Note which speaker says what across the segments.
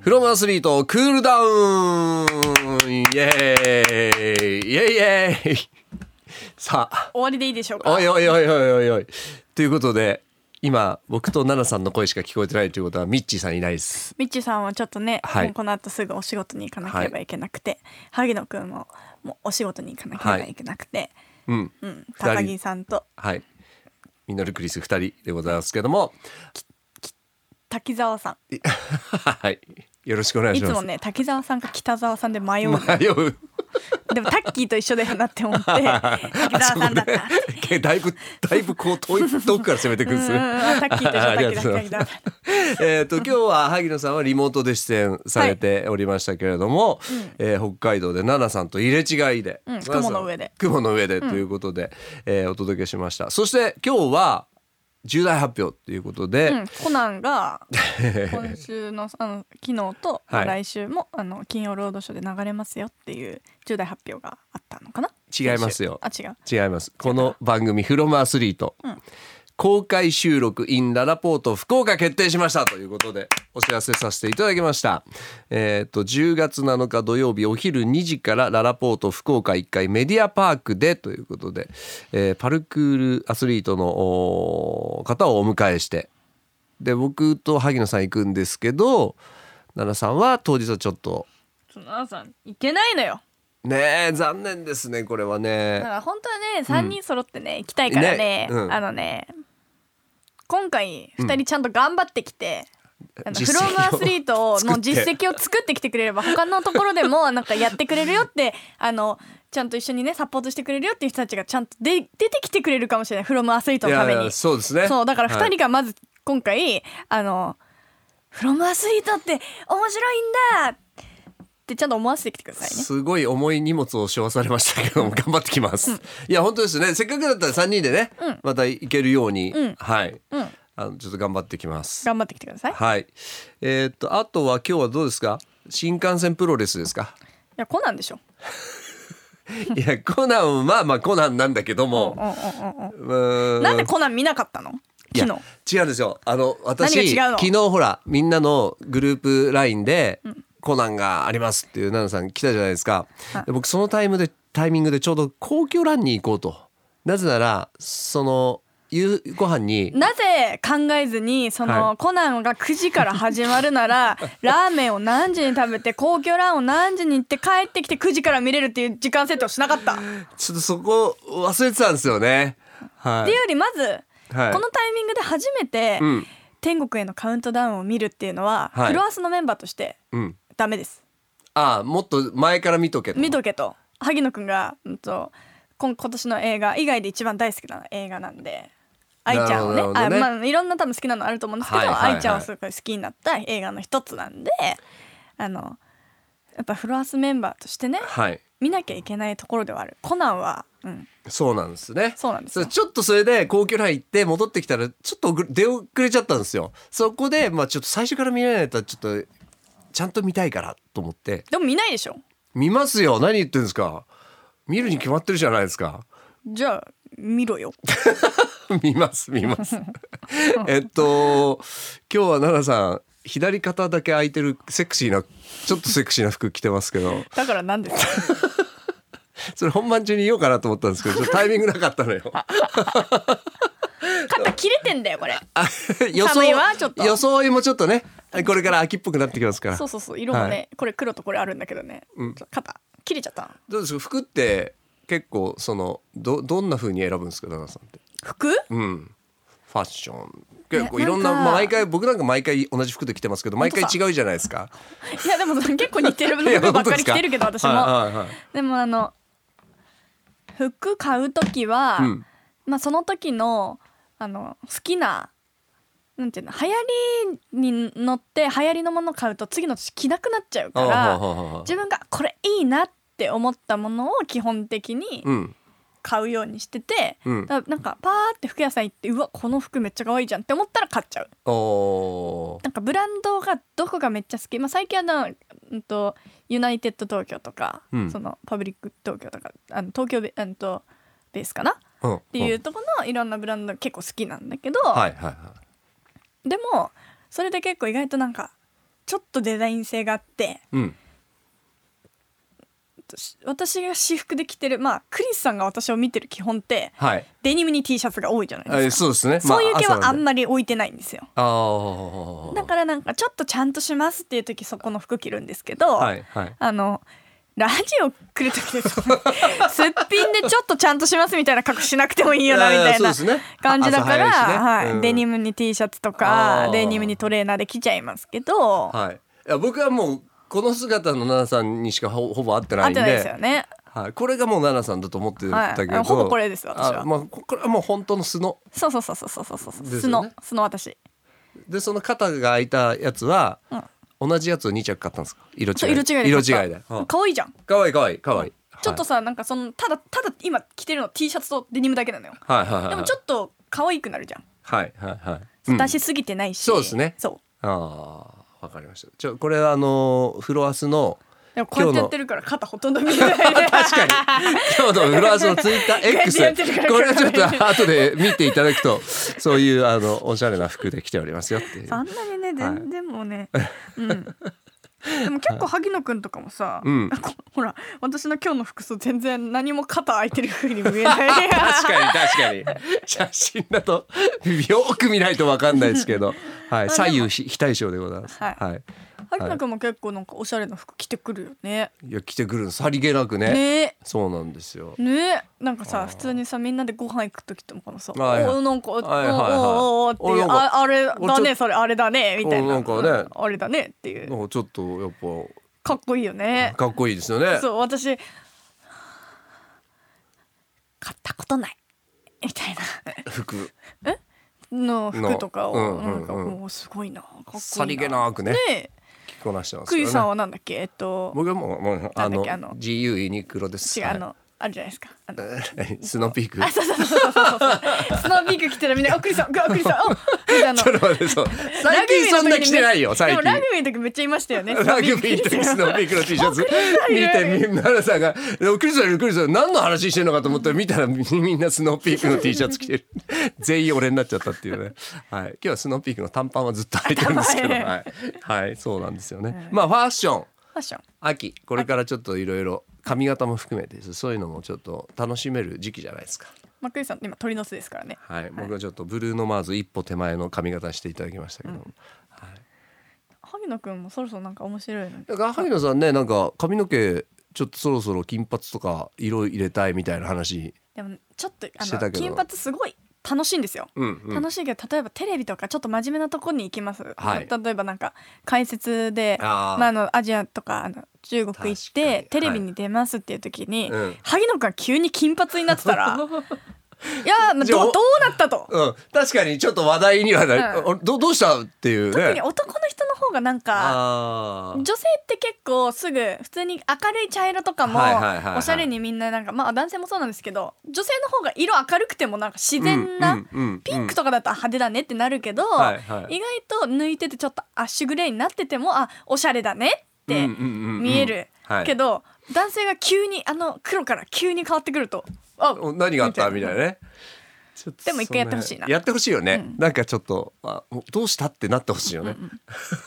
Speaker 1: フロムアスリートクールダウンイエーイイエイイエーイさあ
Speaker 2: 終わりでいいでしょうか
Speaker 1: おいおいおいおいおいおいということで今僕と奈々さんの声しか聞こえてないということはミッチーさんいないです
Speaker 2: ミッチーさんはちょっとね、
Speaker 1: はい
Speaker 2: もうこの後すぐお仕事に行かなければいけなくて、萩野くんももうお仕事に行かなければいけなくて、
Speaker 1: うん
Speaker 2: うん、
Speaker 1: 二人
Speaker 2: 高木さんと
Speaker 1: はいミノルクリス二人でございますけども
Speaker 2: 滝沢さん
Speaker 1: はいよろしくお願い
Speaker 2: い
Speaker 1: し
Speaker 2: つ
Speaker 1: ます
Speaker 2: もね滝沢さんか北沢さんで迷う の、
Speaker 1: 迷う
Speaker 2: でもタッキーと一緒だよなって 思って滝沢
Speaker 1: あそ
Speaker 2: さ
Speaker 1: こ
Speaker 2: んだった
Speaker 1: ねけだいぶだいぶこう遠い遠くから攻めてく
Speaker 2: う
Speaker 1: る
Speaker 2: ん
Speaker 1: んです
Speaker 2: うん
Speaker 1: ね
Speaker 2: あタッキーと一緒
Speaker 1: ありが
Speaker 2: だけだ
Speaker 1: とうござい
Speaker 2: 滝沢
Speaker 1: ま
Speaker 2: さん
Speaker 1: えーと今日は萩野さんはリモートで出演されておりましたけれども、えー北海道で奈々さんと入れ違いで、
Speaker 2: うん
Speaker 1: 奈々さん
Speaker 2: 雲の上で
Speaker 1: 雲の上でということで、えーお届けしましたそして今日は重大発表ということで、
Speaker 2: うん、コナン が今週のあの昨日と、
Speaker 1: はい
Speaker 2: 来週もあの金曜ロードショーで流れますよっていう重大発表があったのかな
Speaker 1: 違いますよ
Speaker 2: あ違う
Speaker 1: 違いますこの番組「フロムアスリート」公開収録 in ララポート福岡決定しましたということでお知らせさせていただきましたえっ、と10月7日土曜日お昼2時からララポート福岡1階メディアパークでということで、えーパルクールアスリートのおー方をお迎えしてで僕と萩野さん行くんですけど奈々さんは当日はちょっと
Speaker 2: そのあさんいけないのよ
Speaker 1: ねえ残念ですねこれはね
Speaker 2: だから本当はね3人揃ってね、行きたいからね
Speaker 1: ねうん
Speaker 2: あのね今回2人ちゃんと頑張ってきて、あのフ
Speaker 1: 実績
Speaker 2: ロ
Speaker 1: を
Speaker 2: ムアスリートの実
Speaker 1: 作って
Speaker 2: 績を作ってきてくれれば他のところでもなんかやってくれるよってあのちゃんと一緒にねサポートしてくれるよっていう人たちがちゃんとで出てきてくれるかもしれないフロムアスリートのため
Speaker 1: いやい
Speaker 2: に
Speaker 1: やそうですね
Speaker 2: そうだから
Speaker 1: は
Speaker 2: 2
Speaker 1: い
Speaker 2: 人がまず今回、あのフロムアスリートって面白いんだってちゃんと思わせてきてくださいね
Speaker 1: すごい重い荷物を背負わされましたけども頑張ってきます、 いや本当ですねせっかくだったら3人でね、また行けるように、
Speaker 2: うん
Speaker 1: はい、
Speaker 2: うん
Speaker 1: あのちょっと頑張ってきます
Speaker 2: 頑張ってきてくださいい
Speaker 1: はいえーっとあとは今日はどうですか新幹線プロレスです か
Speaker 2: やこうなんでしょ
Speaker 1: いやコナンまあまあコナンなんだけども
Speaker 2: うんうんうんうん
Speaker 1: うーん
Speaker 2: なんでコナン見なかったの
Speaker 1: い
Speaker 2: 昨
Speaker 1: や
Speaker 2: 日
Speaker 1: 違うんですよあの私
Speaker 2: 何が違うの
Speaker 1: 昨日ほらみんなのグループ LINE で、コナンがありますっていう奈々さん来たじゃないですか
Speaker 2: はい
Speaker 1: で僕そのタイムでタイミングでちょうど皇居ランに行こうとなぜならその夕ご飯に
Speaker 2: なぜ考えずにその、
Speaker 1: はい
Speaker 2: コナンが9時から始まるな らラーメンを何時に食べて皇居ランを何時に行って帰ってきて9時から見れるっていう時間設定をしなかった、っ
Speaker 1: ちょっとそこ忘れてたんですよねは
Speaker 2: ていう
Speaker 1: い
Speaker 2: よりまず、
Speaker 1: はい
Speaker 2: このタイミングで初めて、
Speaker 1: うん
Speaker 2: 天国へのカウントダウンを見るっていうのは、
Speaker 1: はい
Speaker 2: フロアスのメンバーとして
Speaker 1: うん
Speaker 2: ダメです
Speaker 1: ああもっと前から見とけと
Speaker 2: 見とけと萩野くんが、うん、と今今年の映画以外で一番大好きな映画なんで愛ちゃんをね
Speaker 1: なるほど
Speaker 2: あ
Speaker 1: ね
Speaker 2: まあいろんな多分好きなのあると思うんですけど、
Speaker 1: はいはいはい
Speaker 2: 愛ちゃんはすごい好きになった映画の一つなんであのやっぱフロアスメンバーとしてね
Speaker 1: はい
Speaker 2: 見なきゃいけないところではあるコナンは、うん、
Speaker 1: そうなんですね。
Speaker 2: そうなんですよ
Speaker 1: ちょっとそれで皇居ライン行って戻ってきたらちょっと遅れ出遅れちゃったんですよ。そこでまあちょっと最初から見られないとちょっとちゃんと見たいからと思って
Speaker 2: でも見ないでしょ
Speaker 1: 見ますよ。何言ってんですか。見るに決まってるじゃないですか。
Speaker 2: じゃあ見ろよ
Speaker 1: 見ます見 ます。えっと今日は奈々さん左肩だけ空いてるセクシーなちょっとセクシーな服着てますけど
Speaker 2: だからなんで すか
Speaker 1: それ本番中に言おうかなと思ったんですけどちょっとタイミングなかった のよ。
Speaker 2: 肩切れてんだよこれ
Speaker 1: あ 予想
Speaker 2: 寒いわちょっと
Speaker 1: 装いもちょっとねこれから秋っぽくなってきますから
Speaker 2: そうそうそう色もね、
Speaker 1: はい
Speaker 2: これ黒とこれあるんだけどね、
Speaker 1: うん
Speaker 2: ちょっと肩切れちゃった
Speaker 1: どうですか服って結構そのどどんな風に選ぶんですか旦那さんって
Speaker 2: 服
Speaker 1: うんファッション結構い
Speaker 2: いや
Speaker 1: ろんな
Speaker 2: なんか
Speaker 1: 毎回僕なんか毎回同じ服で着てますけど毎回違うじゃないです か
Speaker 2: いやでも結構似てる
Speaker 1: いや
Speaker 2: 服ばっ
Speaker 1: 本当
Speaker 2: か
Speaker 1: です
Speaker 2: り着てるけど私も、
Speaker 1: はいはいはい
Speaker 2: でもあの服買う時は、
Speaker 1: うん
Speaker 2: まあその時のあの好きななんていうの流行りに乗って流行りのもの買うと次の年着なくなっちゃうか
Speaker 1: あ
Speaker 2: ら
Speaker 1: はいはいはいはい
Speaker 2: 自分がこれいいなって思ったものを基本的に
Speaker 1: うん
Speaker 2: 買うようにしてて、
Speaker 1: うん
Speaker 2: だからなんかパーって服屋さん行ってうわこの服めっちゃ可愛いじゃんって思ったら買っちゃう
Speaker 1: おー
Speaker 2: なんかブランドがどこがめっちゃ好き、まあ、最近はなうんとユナイテッド東京とか、
Speaker 1: うん
Speaker 2: そのパブリック東京とかあの東京ベあのとベースかなっ
Speaker 1: うんって
Speaker 2: いうとこのいろんなブランドが結構好きなんだけど、
Speaker 1: はいはいはい
Speaker 2: でもそれで結構意外となんかちょっとデザイン性があって
Speaker 1: うん
Speaker 2: 私が私服で着てるまあクリスさんが私を見てる基本って
Speaker 1: はい
Speaker 2: デニムに T シャツが多いじゃない
Speaker 1: え
Speaker 2: ですか
Speaker 1: そうですね
Speaker 2: そういう系はあん
Speaker 1: ま
Speaker 2: まり置いてないんですよ
Speaker 1: あ朝なんで
Speaker 2: だ
Speaker 1: あ
Speaker 2: からなんかちょっとちゃんとしますっていう時そこの服着るんですけど、
Speaker 1: ーはいはい
Speaker 2: あのラジオ来る時ですすっぴんでちょっとちゃんとしますみたいな格好しなくてもいいよなみ
Speaker 1: えー
Speaker 2: たい
Speaker 1: そう
Speaker 2: な
Speaker 1: ですね
Speaker 2: 感じだから、
Speaker 1: 朝早いしね
Speaker 2: はい
Speaker 1: うん
Speaker 2: デニムに T シャツと
Speaker 1: あ
Speaker 2: か
Speaker 1: ー
Speaker 2: デニムにトレーナーで着ちゃいますけど、
Speaker 1: はいいや僕はもうこの姿の奈々さんにしかほほぼ会ってな
Speaker 2: あ
Speaker 1: いん
Speaker 2: っ
Speaker 1: で
Speaker 2: てないですよね。
Speaker 1: はい、これがもう奈々さんだと思ってたけど、
Speaker 2: はいほぼこれです私は
Speaker 1: あまあ、ここれはもう本当の素の
Speaker 2: そうそうそうそうそうそうそう、
Speaker 1: です
Speaker 2: 素
Speaker 1: よ
Speaker 2: の
Speaker 1: ね
Speaker 2: 素の私。
Speaker 1: でその肩が開いたやつは、同じやつを2着買ったんですか色違い
Speaker 2: そう色違いで買
Speaker 1: 色
Speaker 2: った
Speaker 1: 違いで、うん
Speaker 2: 可愛いじゃん。
Speaker 1: かわいいかわいいかわいい、はい
Speaker 2: ちょっとさ、なんかそのただただ今着てるの T シャツとデニムだけなのよ。
Speaker 1: はいはいはい
Speaker 2: でもちょっと可愛くなるじゃん。
Speaker 1: はいはいはい、
Speaker 2: 出
Speaker 1: うん
Speaker 2: しすぎてないし。
Speaker 1: そうですね
Speaker 2: そう。
Speaker 1: あーわかりましたちょこれはあのーフロアスの
Speaker 2: でもこうやってやってるから肩ほとんど見えない。確
Speaker 1: 確かに今日のフロアスのツイッター X
Speaker 2: やってるから
Speaker 1: これはちょっと後で見ていただくとそういうあのおしゃれな服で来ておりますよっていう
Speaker 2: そんなにね全然もうね、うんでも結構萩野くんとかもさ、
Speaker 1: うん
Speaker 2: こほら私の今日の服装全然何も肩開いてる風に見えな い
Speaker 1: 確かに確かに写真だとよく見ないとわかんないですけど、はい、
Speaker 2: も
Speaker 1: 左右非非対称でございます、
Speaker 2: はい
Speaker 1: はい、
Speaker 2: 萩野くんも結構なんかおしゃれな服着てくるよね
Speaker 1: いや来てくるのさりげなくね
Speaker 2: ね
Speaker 1: そうなんですよ
Speaker 2: ねなんかさ普通にさみんなでご飯行く時とかもさ「
Speaker 1: はいはい
Speaker 2: おなんか、お
Speaker 1: はいはいはい
Speaker 2: おおおってい
Speaker 1: お
Speaker 2: う
Speaker 1: なんか
Speaker 2: ああれ
Speaker 1: おちょ
Speaker 2: だねそれあれだね」みたいな
Speaker 1: おなんかね
Speaker 2: うんあれだね」ってい
Speaker 1: な
Speaker 2: うん
Speaker 1: かちょっとやっ
Speaker 2: かっこいいよね
Speaker 1: ぱ。かっこいいですよね
Speaker 2: そう私買ったことないみたいな
Speaker 1: 服
Speaker 2: の服とか
Speaker 1: の
Speaker 2: を
Speaker 1: うんうんうん
Speaker 2: なんかもうすごいなかっこいいな
Speaker 1: さりげなくね
Speaker 2: ね
Speaker 1: 着こなしてます
Speaker 2: ク
Speaker 1: から
Speaker 2: イ
Speaker 1: ね
Speaker 2: さんはなんだっけえっと
Speaker 1: 僕はもうもうあ
Speaker 2: なんだ
Speaker 1: の
Speaker 2: っけあの
Speaker 1: GU ユニクロです
Speaker 2: 違うあ
Speaker 1: は
Speaker 2: のあるじゃないですかあの
Speaker 1: いスノーピーク
Speaker 2: あそうそうそうそうそうそうスノーピーク着てるみんな「あクリさんあクリさんあ」みたいな の
Speaker 1: ちょっと待ってそう最近そんな着てないよ最
Speaker 2: でも
Speaker 1: 近
Speaker 2: ラグビーの時めっちゃいましたよね
Speaker 1: ラグビーの時スノーピークの T シャツ見てみんなさんが「でもクリスさんクリスさん何の話してんのかと思ったら見たらみ みんなスノーピークの T シャツ着てる全員俺になっちゃったっていうね、はい、今日はスノーピークの短パンはずっと履いてるんですけど、
Speaker 2: 短パン
Speaker 1: はいはい、そうなんですよね、まあファッション
Speaker 2: ファッション
Speaker 1: 秋これからちょっといろいろ髪型も含めてですそういうのもちょっと楽しめる時期じゃないですか。
Speaker 2: まあクリさん今鳥の巣ですからね
Speaker 1: はい、僕はちょっとブルーノ・マーズ一歩手前の髪型していただきましたけど、
Speaker 2: 萩野くんもそろそろなんか面白いの
Speaker 1: なんか萩野さんねなんか髪の毛ちょっとそろそろ金髪とか色入れたいみたいな話、
Speaker 2: でもちょっとあ
Speaker 1: してた
Speaker 2: の
Speaker 1: けど
Speaker 2: 金髪すごい楽しいんですよ、楽しいけど例えばテレビとかちょっと真面目なところに行きます、
Speaker 1: はい
Speaker 2: 例えばなんか解説で
Speaker 1: あー
Speaker 2: まあ、あのアジアとかあの中国行っ
Speaker 1: 確かに
Speaker 2: てテレビに出ますっていう時に、
Speaker 1: うん
Speaker 2: 萩野くんが急に金髪になって たらいやー
Speaker 1: じゃあ
Speaker 2: ど
Speaker 1: お
Speaker 2: どうなったと。
Speaker 1: うん、確かにちょっと話題にはな
Speaker 2: う
Speaker 1: い、どどうしたっていうね
Speaker 2: 特に男の人の方がなんか
Speaker 1: あー
Speaker 2: 女性って結構すぐ普通に明るい茶色とかも
Speaker 1: はいはいはいはい
Speaker 2: おしゃれにみんななんかまあ男性もそうなんですけど女性の方が色明るくてもなんか自然な、
Speaker 1: うんうんうん
Speaker 2: ピンクとかだと派手だねってなるけど、
Speaker 1: はいはい
Speaker 2: 意外と抜いててちょっとアッシュグレーになっててもあおしゃれだねって
Speaker 1: うんうんうんうん
Speaker 2: 見える
Speaker 1: はい
Speaker 2: けど男性が急にあの黒から急に変わってくるとあ
Speaker 1: お何があったみたいなねちょっと
Speaker 2: でも一回
Speaker 1: そん
Speaker 2: やってほしいな
Speaker 1: やってほしいよね、なんかちょっとあどうしたってなってほしいよね、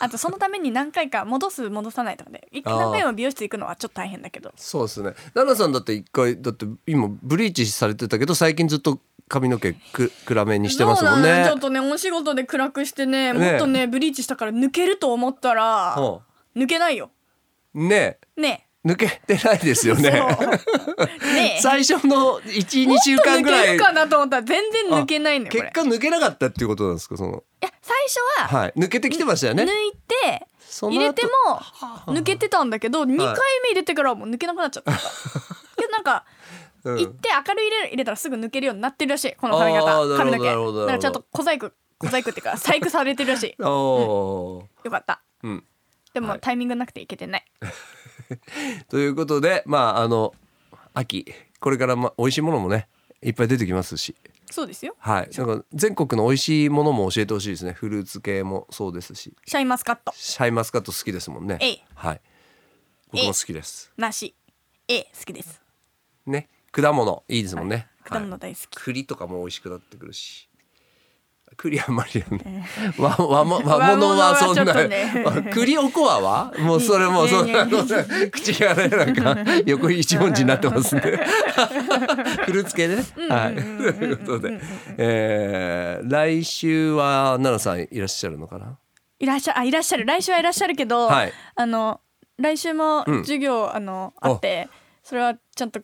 Speaker 2: あとそのために何回か戻す戻さないとかで一回
Speaker 1: あー
Speaker 2: 何回も美容室行くのはちょっと大変だけど
Speaker 1: そうですね奈々さんだって一回だって今ブリーチされてたけど最近ずっと髪の毛く暗めにしてますもん
Speaker 2: そうな
Speaker 1: ね
Speaker 2: のちょっとねお仕事で暗くしてね
Speaker 1: ね
Speaker 2: もっとねブリーチしたから抜けると思ったら
Speaker 1: ほ
Speaker 2: 抜けないよ
Speaker 1: うね
Speaker 2: ね
Speaker 1: 抜けてないですよ
Speaker 2: え
Speaker 1: ね。
Speaker 2: そうね え
Speaker 1: 最初の一二週
Speaker 2: ちょっ
Speaker 1: 間
Speaker 2: と抜
Speaker 1: ぐ
Speaker 2: け
Speaker 1: ら
Speaker 2: る
Speaker 1: い
Speaker 2: かなと思ったら全然抜けないのよこれ
Speaker 1: 結果抜けなかったっていうことなんですかその
Speaker 2: いや最初は、
Speaker 1: はい抜けてきてましたよね
Speaker 2: 抜。いて
Speaker 1: その後
Speaker 2: 入れても抜けてたんだけど2回
Speaker 1: はい
Speaker 2: 目入れてからはもう抜けなくなっちゃった。けどなんか
Speaker 1: う
Speaker 2: 行っ
Speaker 1: ん、
Speaker 2: て明るい入れ入れたらすぐ抜けるようになってるらしいこの髪
Speaker 1: あーな
Speaker 2: 型
Speaker 1: るほど
Speaker 2: 髪の毛
Speaker 1: なるほどなるほど
Speaker 2: なんかちゃんと小細工小細工っていうか細工されてるらしい
Speaker 1: あー
Speaker 2: よかった
Speaker 1: うん。
Speaker 2: でも、
Speaker 1: はい
Speaker 2: タイミングなくていけてない
Speaker 1: ということでまああの秋これからま美味しいものもねいっぱい出てきますし。
Speaker 2: そうですよ
Speaker 1: はい、なんか全国の美味しいものも教えてほしいですねフルーツ系もそうですし
Speaker 2: シャインマスカット
Speaker 1: シャインマスカット好きですもんね
Speaker 2: えい
Speaker 1: はい僕も好きです
Speaker 2: 梨 A 好きです
Speaker 1: ね果物いいですもんね、
Speaker 2: 果物大好き、
Speaker 1: 栗とかも美味しくなってくるし栗はマリアね。 わ、 わも、和物はそんな。
Speaker 2: 和物はちょっとね
Speaker 1: わ 栗おこわ は。もうそれもう、
Speaker 2: いいね
Speaker 1: そんな、
Speaker 2: いいね
Speaker 1: そんな 口がね、なんか、 横一文字になってますね。 フルーツ系でね。はい。という ことで。えー来週は奈々さんいらっしゃるのかな。
Speaker 2: いらっしゃあいらっしゃる来週はいらっしゃるけど、
Speaker 1: はい
Speaker 2: あの来週も
Speaker 1: うん
Speaker 2: 授業、あのあってそれはちゃんと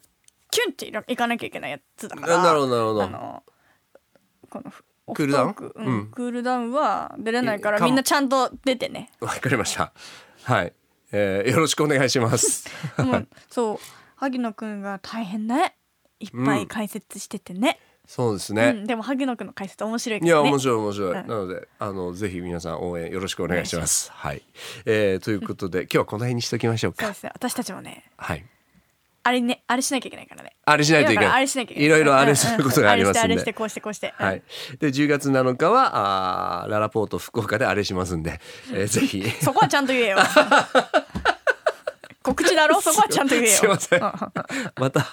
Speaker 2: キュンっていら行かなきゃいけないやつだから
Speaker 1: あなるほどなるほど
Speaker 2: あのこのオ
Speaker 1: クー
Speaker 2: フ
Speaker 1: ル
Speaker 2: ト
Speaker 1: ダウン
Speaker 2: ークうん
Speaker 1: うん
Speaker 2: クールダウンは出れないか
Speaker 1: い
Speaker 2: ら
Speaker 1: かも
Speaker 2: みんなちゃんと出て ね
Speaker 1: わかりました。はい。えーよろしくお願いします。
Speaker 2: うん、そう萩野くんが大変ねいっぱい解説しててね、
Speaker 1: そうです
Speaker 2: うん
Speaker 1: ね。
Speaker 2: でも萩野くんの解説面白いか
Speaker 1: いや
Speaker 2: らね
Speaker 1: 面白い面白い、
Speaker 2: うん
Speaker 1: なのであのぜひ皆さん応援よろしくお願いしますはい、えー、ということで、今日はこの辺にしときましょう
Speaker 2: そうで
Speaker 1: か
Speaker 2: すね私たちもね
Speaker 1: はい
Speaker 2: あれねあれしなきゃいけないからね
Speaker 1: あれしないといけ
Speaker 2: だから
Speaker 1: な
Speaker 2: あ
Speaker 1: い
Speaker 2: れしなきゃいけない
Speaker 1: ろいろあ
Speaker 2: う
Speaker 1: れ
Speaker 2: ん
Speaker 1: することがあります
Speaker 2: あ
Speaker 1: ん
Speaker 2: れ
Speaker 1: で、
Speaker 2: してあれしてこうしてこうして、
Speaker 1: はい、で10月7日はあーララポート福岡であれしますんで、えー、ぜひ
Speaker 2: うんそこはちゃんと言 えよ告知だろそこはちゃんと言えよ
Speaker 1: すいません。また、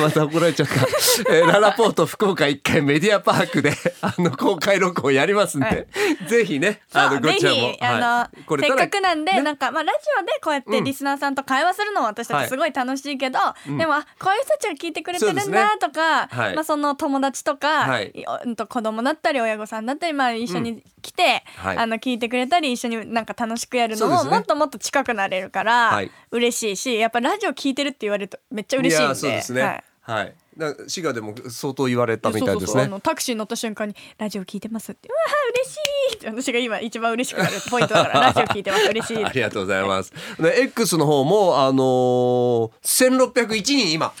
Speaker 1: また怒られちゃった。えーララポート福岡一回メディアパークで、 あの公開録音やりますんで、
Speaker 2: はい
Speaker 1: ぜひね、あ
Speaker 2: そ
Speaker 1: の、
Speaker 2: う
Speaker 1: ご
Speaker 2: ぜ
Speaker 1: っ
Speaker 2: ひ
Speaker 1: ちゃんも。
Speaker 2: あ
Speaker 1: はい
Speaker 2: のせっかくなんで、
Speaker 1: ね
Speaker 2: なんかまあラジオでこうやってリスナーさんと会話するのは私た
Speaker 1: はい
Speaker 2: ちすごい楽しいけど、でもあこういう人たちが聞いてくれてる
Speaker 1: そう
Speaker 2: ん
Speaker 1: ですね
Speaker 2: だとか、
Speaker 1: はい
Speaker 2: まあその友達とか、
Speaker 1: はい
Speaker 2: いうんと子供だったり親御さんだったりまあ一緒に来て、
Speaker 1: うんはい
Speaker 2: あの聞いてくれたり一緒になんか楽しくやるの
Speaker 1: そうで
Speaker 2: も、
Speaker 1: すね
Speaker 2: もっともっと近くなれるから、
Speaker 1: はい
Speaker 2: 嬉しいしやっぱラジオ聞いてるって言われるとめっちゃ嬉しいんで
Speaker 1: やそうですね。
Speaker 2: はい
Speaker 1: はい。な滋賀でも相当言われたみたいで
Speaker 2: そう
Speaker 1: す
Speaker 2: そうそうあ
Speaker 1: ね。
Speaker 2: のタクシーに乗った瞬間に「ラジオ聞いてます」って「うわー嬉しい!」って私が今一番嬉しくなるポイン トだから「ラジオ聞いてます嬉しい」
Speaker 1: ありがとうございます。で X の方もあのー、1601人今。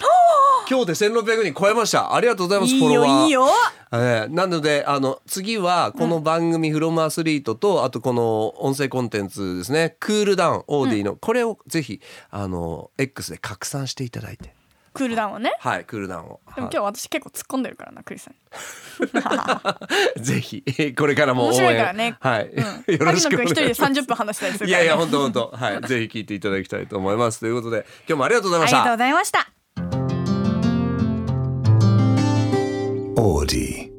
Speaker 1: 今日で1600人超えました。ありがとうございます。
Speaker 2: いい
Speaker 1: フォロワー。
Speaker 2: よいいよ
Speaker 1: えーなのであの次はこの番組「フロムアスリートと、あとこの音声コンテンツですね「クールダウンオーディの、これをぜひあの X で拡散していただいて
Speaker 2: クールダウンはね
Speaker 1: はいクールダウンを
Speaker 2: でも今日私結構突っ込んでるからなクリスさ ん
Speaker 1: はい ぜひえーこれからも応援
Speaker 2: 面白いからね
Speaker 1: はい、
Speaker 2: う ん
Speaker 1: よろし
Speaker 2: 萩
Speaker 1: くお
Speaker 2: 野くん
Speaker 1: 願い
Speaker 2: 一人で
Speaker 1: します
Speaker 2: 30分話したりする
Speaker 1: い
Speaker 2: か
Speaker 1: や
Speaker 2: ら、ね、
Speaker 1: いや本当本当はいぜひ聞いていただきたいと思いますということで今日もありがとうござい
Speaker 2: あ
Speaker 1: まし
Speaker 2: りがとう
Speaker 1: た
Speaker 2: ございました
Speaker 3: Audi.